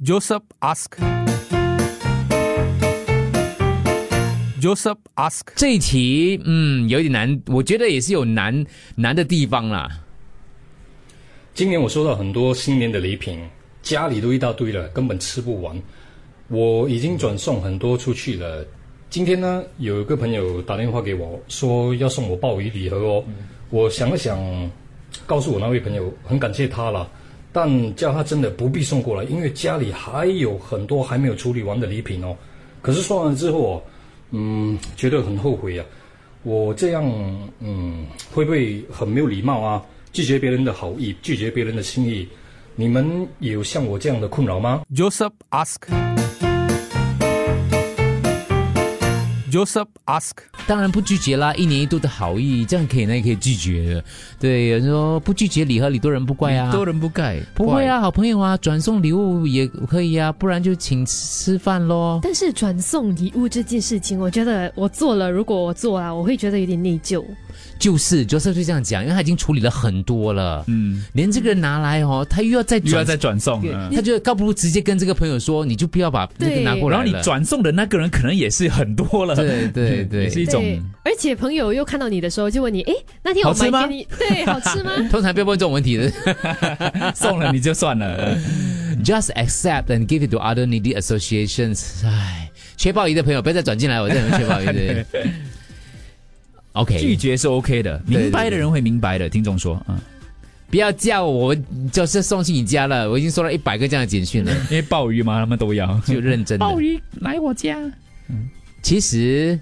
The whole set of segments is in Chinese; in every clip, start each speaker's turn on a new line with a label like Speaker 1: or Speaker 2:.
Speaker 1: Joseph ask。Joseph ask。
Speaker 2: 这一题，嗯，有一点难，我觉得也是有难难的地方啦。
Speaker 3: 今年我收到很多新年的礼品，家里都一大堆了，根本吃不完。我已经转送很多出去了。今天呢，有一个朋友打电话给我，说要送我鲍鱼礼盒哦。我想了想，告诉我那位朋友，很感谢他了，但叫他真的不必送过来，因为家里还有很多还没有处理完的礼品哦。可是送完之后哦，嗯，觉得很后悔啊。我这样，嗯，会不会很没有礼貌啊？拒绝别人的好意，拒绝别人的心意，你们有像我这样的困扰吗？
Speaker 1: Joseph ask。Joseph ask。
Speaker 2: 当然不拒绝啦，一年一度的好意，这样可以，那也可以拒绝的。对，有人说不拒绝礼盒，礼多人不怪啊，
Speaker 4: 多人不盖，
Speaker 2: 不会啊，好朋友啊，转送礼物也可以啊，不然就请吃饭喽。
Speaker 5: 但是转送礼物这件事情，我觉得我做了，如果我做了，我会觉得有点内疚。
Speaker 2: 就是，Joseph 就这样讲，因为他已经处理了很多了，嗯，连这个人拿来哦，他又要再
Speaker 4: 又要
Speaker 2: 转
Speaker 4: 再转送。嗯
Speaker 2: 他觉得倒不如直接跟这个朋友说，你就不要把那个
Speaker 5: 对
Speaker 2: 拿过来
Speaker 4: 然后
Speaker 2: 了。
Speaker 4: 你转送的那个人可能也是很多了，
Speaker 2: 对对
Speaker 4: 嗯
Speaker 2: 对
Speaker 4: 也是一种
Speaker 5: 对，而且朋友又看到你的时候，就问你，哎，那天我
Speaker 4: 好吃吗
Speaker 5: 买给你，对，好 吃吗？
Speaker 2: 通常不要问这种问题的
Speaker 4: 送了你就算了。嗯
Speaker 2: ，just accept and give it to other needy associations。唉，缺鲍鱼的朋友不要再转进来，我这里面缺鲍鱼 的。
Speaker 4: 拒
Speaker 2: OK，
Speaker 4: 绝是 OK 的，
Speaker 2: 对
Speaker 4: 明白的人会明白的。听众说，嗯，
Speaker 2: 不要叫我，就是送去你家了。我已经收到一百个这样的简讯 了，
Speaker 4: 因为鲍鱼嘛，他们都 要。
Speaker 2: 就认真的。
Speaker 4: 鱼来我家，
Speaker 2: 其实，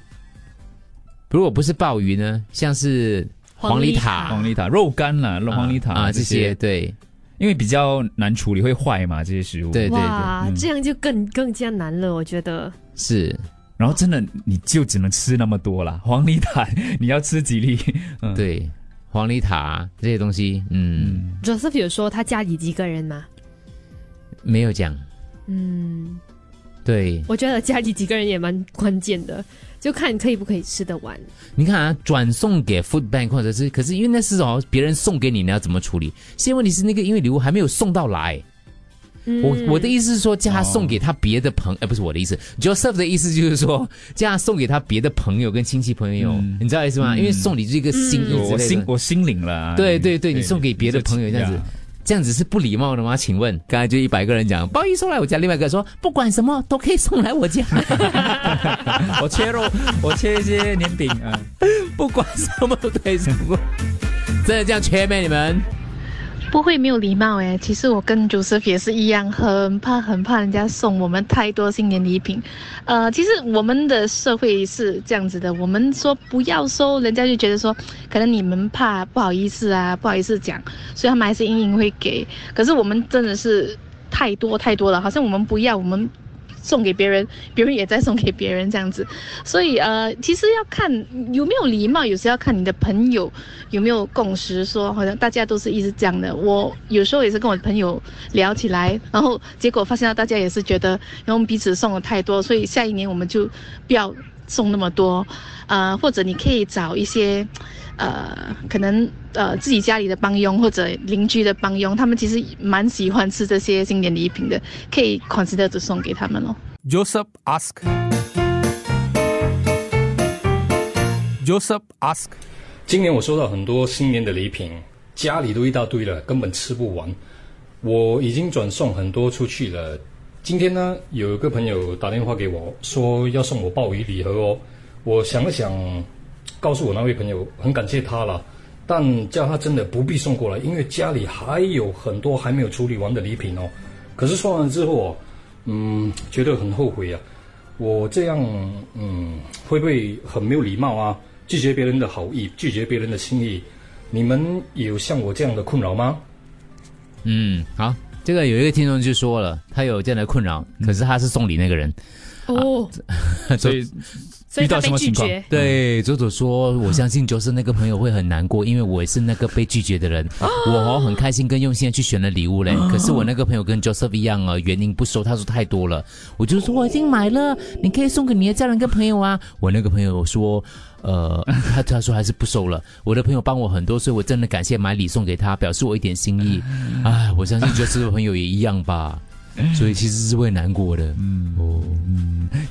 Speaker 2: 如果不是鲍鱼呢，像是黄梨塔、
Speaker 4: 黄梨塔、肉干啦，肉黄梨塔
Speaker 2: 啊
Speaker 4: 这
Speaker 2: 这些，，对
Speaker 4: 因为比较难处理，会坏嘛这些食物。
Speaker 2: 对对对，
Speaker 4: 嗯
Speaker 5: 哇，这样就更更加难了，我觉得。
Speaker 2: 是。
Speaker 4: 然后真的你就只能吃那么多啦，黄梨塔 你要吃几粒？嗯，
Speaker 2: 对，黄梨塔这些东西，嗯，
Speaker 5: Joseph 有说他家里几个人嘛？
Speaker 2: 没有讲。
Speaker 5: 嗯，
Speaker 2: 对，
Speaker 5: 我觉得家里几个人也蛮关键的，就看可以不可以吃得完。
Speaker 2: 你看啊，转送给 Food Bank 或者是，可是因为那是哦，别人送给你，你要怎么处理？现在问题是那个，因为礼物还没有送到来。
Speaker 5: 嗯
Speaker 2: 我我的意思是说，叫他
Speaker 4: 哦
Speaker 2: 送给他别的朋，呃，不是我的意思，Joseph 的意思就是说，叫他送给他别的朋友跟亲戚朋友，
Speaker 4: 嗯
Speaker 2: 你知道意思吗？因为送礼是一个心意
Speaker 4: 我
Speaker 2: 嗯之
Speaker 4: 我
Speaker 2: 类
Speaker 4: 心
Speaker 2: 的。
Speaker 4: 我心领了啊。
Speaker 2: 对对对你送给别的朋友这样子
Speaker 4: 呀
Speaker 2: 这样子是不礼貌的吗？请问，刚才就一百个人讲，包一送来我家，另外一个说不管什么都可以送来 我家，
Speaker 4: 我切肉，我切一些年饼啊。
Speaker 2: 不管什么都可以送过来，真的这样缺妹你们？
Speaker 6: 不会没有礼貌哎，其实我跟 Joseph 也是一样，很怕很怕人家送我们太多新年礼品。呃，其实我们的社会是这样子的，我们说不要收，人家就觉得说可能你们怕不好意思啊，不好意思讲，所以他们还是硬硬会给。可是我们真的是太多太多了，好像我们不要我们。送给别人，别人也在送给别人这样子，所以呃，其实要看有没有礼貌，有时要看你的朋友有没有共识说好像大家都是一直这样的。我有时候也是跟我的朋友聊起来，然后结果发现到大家也是觉得，然后我们彼此送了太多，所以下一年我们就不要送那么多，呃，或者你可以找一些。呃，可能呃自己家里的帮佣或者邻居的帮佣，他们其实蛮喜欢吃这些新年礼品的，可以 consider 着送给他们咯。
Speaker 1: Joseph ask。Joseph ask。
Speaker 3: 今年我收到很多新年的礼品，家里都一大堆了，根本吃不完。我已经转送很多出去了。今天呢，有一个朋友打电话给我，说要送我鲍鱼礼盒哦。我想了想，告诉我那位朋友，很感谢他了，但叫他真的不必送过来，因为家里还有很多还没有处理完的礼品哦。可是送完之后哦，嗯，觉得很后悔啊。我这样，嗯，会不会很没有礼貌啊？拒绝别人的好意，拒绝别人的心意，你们有像我这样的困扰吗？
Speaker 2: 嗯，好，这个有一个听众就说了，他有这样的困扰，
Speaker 4: 嗯
Speaker 2: 可是他是送礼那个人。
Speaker 5: 哦，
Speaker 4: 所以
Speaker 5: 所以
Speaker 4: 啊遇到
Speaker 5: 他
Speaker 4: 什
Speaker 5: 被
Speaker 4: 么
Speaker 5: 拒
Speaker 4: 情况
Speaker 5: 绝。
Speaker 2: 对，左左说，我相信就是那个朋友会很难过，因为我也是那个被拒绝的人。我哦很开心跟用心的去选了礼物嘞，可是我那个朋友跟 Joseph 一样哦，原因不收，他说太多了。我就说我已经买了，你可以送给你的家人跟朋友啊。我那个朋友说，呃，他他说还是不收了。我的朋友帮我很多，所以我真的感谢买礼送给他，表示我一点心意。哎，我相信 Joseph 的朋友也一样吧。所以其实是会难过的。嗯哦，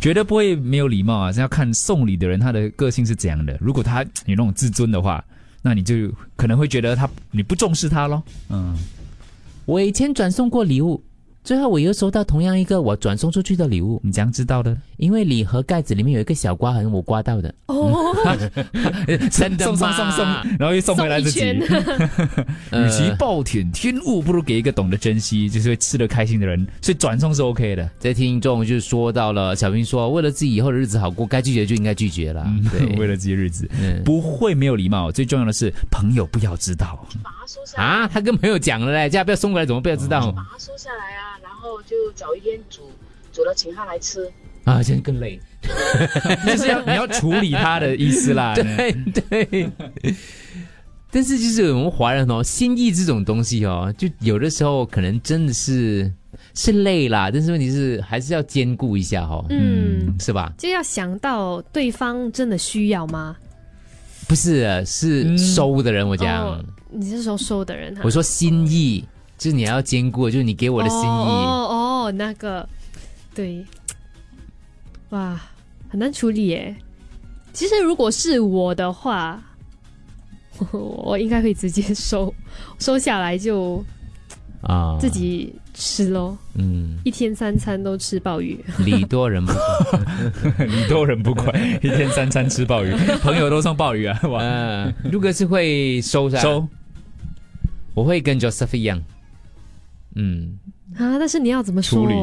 Speaker 4: 绝对不会没有礼貌啊，是要看送礼的人他的个性是怎样的。如果他有那种自尊的话，那你就可能会觉得他你不重视他咯。嗯，
Speaker 2: 我以前转送过礼物，最后我又收到同样一个我转送出去的礼物，
Speaker 4: 你怎样知道的？
Speaker 2: 因为礼盒盖子里面有一个小刮痕，我刮到的。
Speaker 5: 哦，
Speaker 2: 真的
Speaker 4: 送送
Speaker 2: 吗
Speaker 4: 送送，然后又送回来自己。
Speaker 5: 送一圈
Speaker 2: 呃
Speaker 4: 与其暴殄天物，不如给一个懂得珍惜，就是会吃得开心的人。所以转送是 OK 的。
Speaker 2: 在听众就说到了，小兵说，为了自己以后的日子好过，该拒绝就应该拒绝了。
Speaker 4: 为
Speaker 2: 对，
Speaker 4: 了自己日子，
Speaker 2: 嗯
Speaker 4: 不会没有礼貌。最重要的是，朋友不要知道。
Speaker 2: 啊，他跟朋友讲了嘞，叫他不要送过来，怎么不要知道、
Speaker 7: 把它收下来啊，然后就找一天煮，煮了请他来吃。
Speaker 2: 啊？现在更累。
Speaker 4: 但是要你要处理他的意思 啦。
Speaker 2: 对对。但是就是我们华人哦，心意这种东西哦，就有的时候可能真的是是累啦，但是问题是还是要兼顾一下哦，
Speaker 5: 嗯，
Speaker 2: 是吧？
Speaker 5: 就要想到对方真的需要吗？
Speaker 2: 不是，是
Speaker 4: 嗯
Speaker 2: 收的人，我讲，
Speaker 5: 哦你是说收的人哈？
Speaker 2: 我说心意，就是你要兼顾，就是你给我的心意。
Speaker 5: 哦哦哦，那个，对，哇，很难处理耶。其实如果是我的话， 我我应该会直接收收下来就
Speaker 2: 啊，
Speaker 5: 自己吃咯，
Speaker 2: 嗯，
Speaker 5: 一天三餐都吃鲍鱼。
Speaker 2: 礼 多人不怪，
Speaker 4: 你都忍不快， 一天三餐吃鲍鱼，朋友都送鲍鱼啊！哇，
Speaker 2: 嗯，如果是会收噻，
Speaker 4: 收，
Speaker 2: 我会跟 Joseph 一样，嗯，
Speaker 5: 啊，但是你要怎么说
Speaker 4: 处理？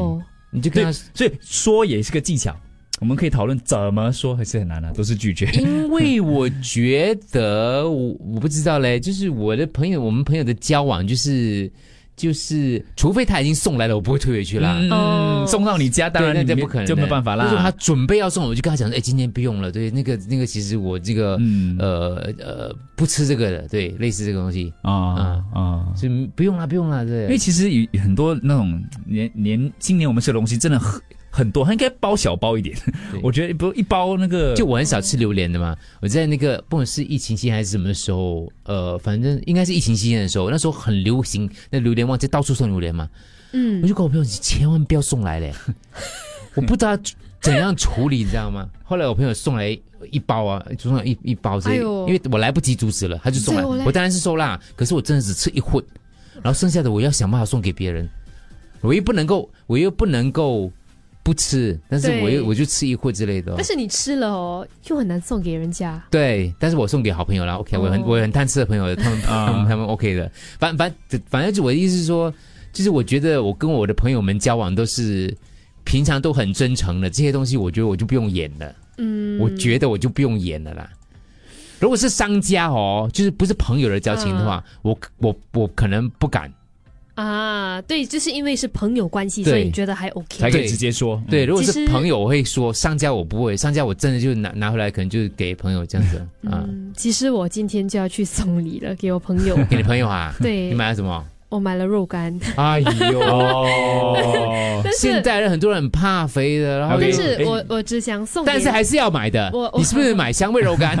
Speaker 2: 你就跟
Speaker 4: 对，
Speaker 2: 他
Speaker 4: 所以说也是个技巧。我们可以讨论怎么说，还是很难啊，都是拒绝。
Speaker 2: 因为我觉得我我不知道嘞，就是我的朋友，我们朋友的交往就是就是，除非他已经送来了，我不会退回去啦。
Speaker 5: 哦
Speaker 4: 嗯送到你家，当然
Speaker 2: 对那
Speaker 4: 你
Speaker 2: 这不可能的，
Speaker 4: 就没办法
Speaker 2: 如果他
Speaker 4: 啦。
Speaker 2: 准备要送，我就跟他讲说，哎，今天不用了。对，那个那个，其实我这个、
Speaker 4: 嗯
Speaker 2: 呃呃不吃这个的，对，类似这个东西，
Speaker 4: 啊
Speaker 2: 啊
Speaker 4: 啊，
Speaker 2: 所以不用啦，不用啦，对。
Speaker 4: 因为其实有很多那种年年今年我们吃的东西真的很很多，它应该包小包一点
Speaker 2: 对。
Speaker 4: 我觉得不一包那个
Speaker 2: 就我很少吃榴莲的嘛，我在那个不管是疫情期间还是什么时候，呃，反正应该是疫情期间的时候，那时候很流行那榴莲旺季，到处送榴莲嘛。我
Speaker 5: 嗯，
Speaker 2: 就跟我朋友，你千万不要送来嘞，我不知道怎样处理，你知道吗？后来我朋友送来一包啊，送了一一包这，
Speaker 5: 哎呦
Speaker 2: 因为我来不及阻止了，他就送来
Speaker 5: 最后嘞，
Speaker 2: 我当然是收啦，可是我真的只吃一混，然后剩下的我要想办法送给别人，我又不能够，我又不能够不吃，但是我
Speaker 5: 对
Speaker 2: 又我就吃一混之类的哦、
Speaker 5: 但是你吃了哦，又很难送给人家。
Speaker 2: 对，但是我送给好朋友啦。OK，我很、
Speaker 5: 哦
Speaker 2: 我很贪吃的朋友，他们
Speaker 4: 啊
Speaker 2: 他们他们 OK 的。反反反正就我的意思是说，就是我觉得我跟我的朋友们交往都是平常都很真诚的，这些东西我觉得我就不用演了，
Speaker 5: 嗯，
Speaker 2: 我觉得我就不用演了啦。如果是商家哦，就是不是朋友的交情的话，
Speaker 5: 嗯
Speaker 2: 我我我可能不敢。
Speaker 5: 啊，对，就是因为是朋友关系，
Speaker 2: 对
Speaker 5: 所以你觉得还 OK。
Speaker 4: 才可以
Speaker 2: 对
Speaker 4: 直接说。
Speaker 2: 对，如果
Speaker 5: 其
Speaker 2: 是
Speaker 5: 实
Speaker 2: 朋友，我会说；商家我不会，商家我真的就拿拿回来，可能就是给朋友这样子啊，
Speaker 5: 嗯，其实我今天就要去送礼了，给我朋友。
Speaker 2: 给你朋友啊。
Speaker 5: 对
Speaker 2: 你，买了什么？
Speaker 5: 我买了肉干，
Speaker 2: 哎呦，
Speaker 4: 哦，
Speaker 5: 但
Speaker 2: 现
Speaker 5: 是
Speaker 2: 代人很多人很怕肥的，然后
Speaker 5: 但
Speaker 2: 又
Speaker 5: 是
Speaker 4: 哎
Speaker 5: 我我只想送给，
Speaker 2: 但是还是要买的
Speaker 5: 我。我
Speaker 2: 你是不是买香味肉 干？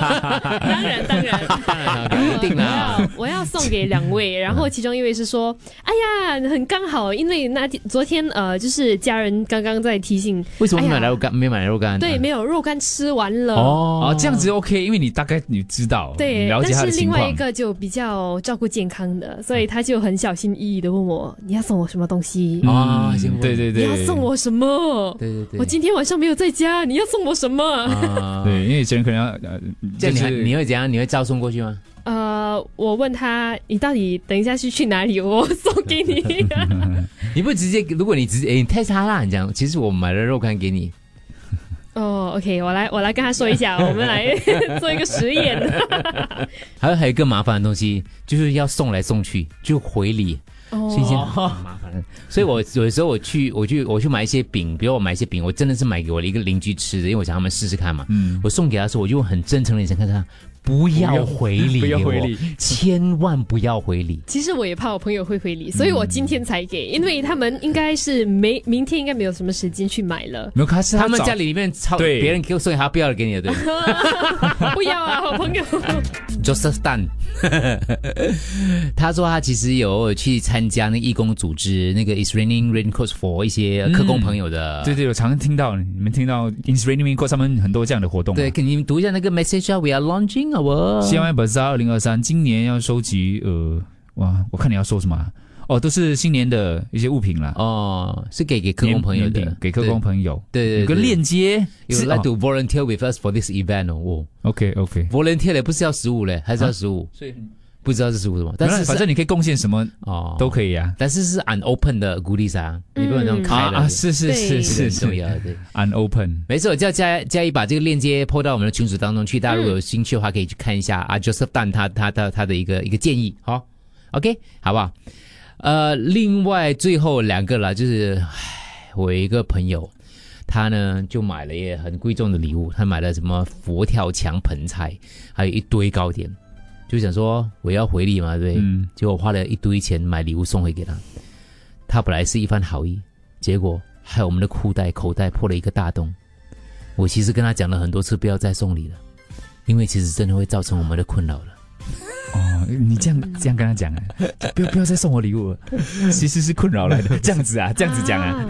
Speaker 5: 当然当然
Speaker 2: 当然了，肯定啦。嗯
Speaker 5: 我要我要送给两位，然后其中一位是说，哎呀，很刚好，因为那天昨天呃，就是家人刚刚在提醒，
Speaker 2: 为什么
Speaker 5: 哎
Speaker 2: 你
Speaker 5: 呀
Speaker 2: 买肉干没买肉干？
Speaker 5: 对，
Speaker 2: 啊
Speaker 5: 没有肉干吃完了。
Speaker 2: 哦
Speaker 4: 哦，这样子 OK，因为你大概你知道，你
Speaker 5: 对，
Speaker 4: 了解他
Speaker 5: 但
Speaker 4: 的
Speaker 5: 是
Speaker 4: 情
Speaker 5: 另外
Speaker 4: 况
Speaker 5: 一。个就比较照顾健康的，
Speaker 2: 嗯
Speaker 5: 所以他就很小心翼翼的问我，你要送我什么东西？
Speaker 2: 啊先问
Speaker 4: 对对
Speaker 5: 你
Speaker 4: 对，
Speaker 5: 要送我什么？
Speaker 2: 对对对，
Speaker 5: 我今天晚上没有在家，你要送我什么？
Speaker 2: 啊，
Speaker 4: 对，因为有些人可能要，呃
Speaker 2: 这
Speaker 4: 就
Speaker 2: 样你还
Speaker 4: 是
Speaker 2: 你会怎样？你会照送过去吗？
Speaker 5: 呃，我问他，你到底等一下是去哪里？我送给你。
Speaker 2: 你不直接，如果你直接，哎，你太差啦！你讲，其实我买了肉干给你，
Speaker 5: 哦，OK，我来，我来跟他说 一下，我们来做一个实验。
Speaker 2: 还有还有一个麻烦的东西，就是要送来送去，就回礼。
Speaker 5: 哦
Speaker 2: 是一件很 麻烦的。所以我有时候我去我去我去买一些饼，比如我买一些饼，我真的是买给我的一个邻居吃的，因为我想他们试试看嘛。
Speaker 4: 嗯
Speaker 2: 我送给他的时候，我就很真诚的想看他不要回礼，
Speaker 4: 不要回礼，。
Speaker 2: 千万不要回礼。
Speaker 5: 其实我也怕我朋友会回礼，所以我今天才给，因为他们应该是没明天应该没有什么时间去买了
Speaker 4: 没有， 他是
Speaker 2: 他们
Speaker 4: 找
Speaker 2: 家里里面超
Speaker 4: 对
Speaker 2: 别人给我送给他不要的给你 的，对
Speaker 5: 不要啊，好朋友。
Speaker 2: ，Joseph Tan，他说他其实有偶尔去参加那个义工组织，那个 Is Raining Raincoats for 一些客工朋友的，
Speaker 4: 对对，我常听到你们听到 i n s t a g r a m 过他们很多这样的活动、啊。
Speaker 2: 对，给你们读一下那个 message 啊，We are launching our
Speaker 4: 西安 Bazaar 二零二三今年要收集呃，哇，我看你要收什么啊、哦，都是新年的一些物品啦，
Speaker 2: 哦，是给给客
Speaker 4: 年
Speaker 2: 工朋友
Speaker 4: 年
Speaker 2: 的
Speaker 4: 饼，给客工朋友。
Speaker 2: 对对对
Speaker 4: 有个链接
Speaker 2: 友
Speaker 4: 是哦
Speaker 2: like to volunteer with us for this event 哦。哦
Speaker 4: OK OK，
Speaker 2: volunteer 嘞，不是要十五嘞，还是要十五、
Speaker 4: 啊所以
Speaker 2: 不知道是十五什么，但
Speaker 4: 但
Speaker 2: 是
Speaker 4: 是反正你可以贡献什么
Speaker 2: 哦
Speaker 4: 都可以啊。
Speaker 2: 但是是 unopen 的 goodies 啊，你不能那种
Speaker 4: 啊
Speaker 2: 开的
Speaker 4: 啊，是是是
Speaker 5: 对
Speaker 2: 这个
Speaker 4: 是
Speaker 2: 很重要
Speaker 4: 是
Speaker 2: 的。对，
Speaker 4: ，unopen。
Speaker 2: 没事，我就要加加一把这个链接 p 到我们的群组当中去，大家如果有兴趣的话，可以去看一下啊，Joseph 蛋他他他他的一个一个建议，好，OK，好不好？呃，另外最后两个了，就是唉我有一个朋友，他呢就买了一个很贵重的礼物，他买了什么佛跳墙盆菜，还有一堆糕点，就想说我要回礼嘛，对不对？
Speaker 4: 嗯
Speaker 2: 结果花了一堆钱买礼物送回给他，他本来是一番好意，结果害我们的裤袋口袋破了一个大洞。我其实跟他讲了很多次不要再送礼了，因为其实真的会造成我们的困扰了。
Speaker 4: 哦，你这样这样跟他讲啊，不要不要再送我礼物了，其实是困扰来的。这样子啊，这样子讲啊，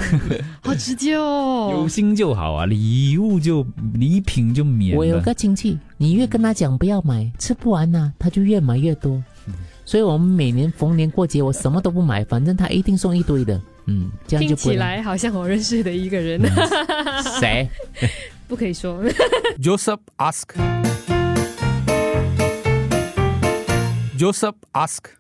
Speaker 5: 好直接
Speaker 4: 有
Speaker 5: 哦。
Speaker 4: 心就好啊，礼物就礼品就免了。
Speaker 8: 我有个亲戚，你越跟他讲不要买，吃不完呐、啊他就越买越多。所以我们每年逢年过节，我什么都不买，反正他一定送一堆的。嗯，这样
Speaker 5: 听
Speaker 8: 就不
Speaker 5: 起
Speaker 8: 会浪
Speaker 5: 来好像我认识的一个人，
Speaker 4: 嗯
Speaker 2: 谁？
Speaker 5: 不可以说。
Speaker 1: Joseph ask. Joseph ask.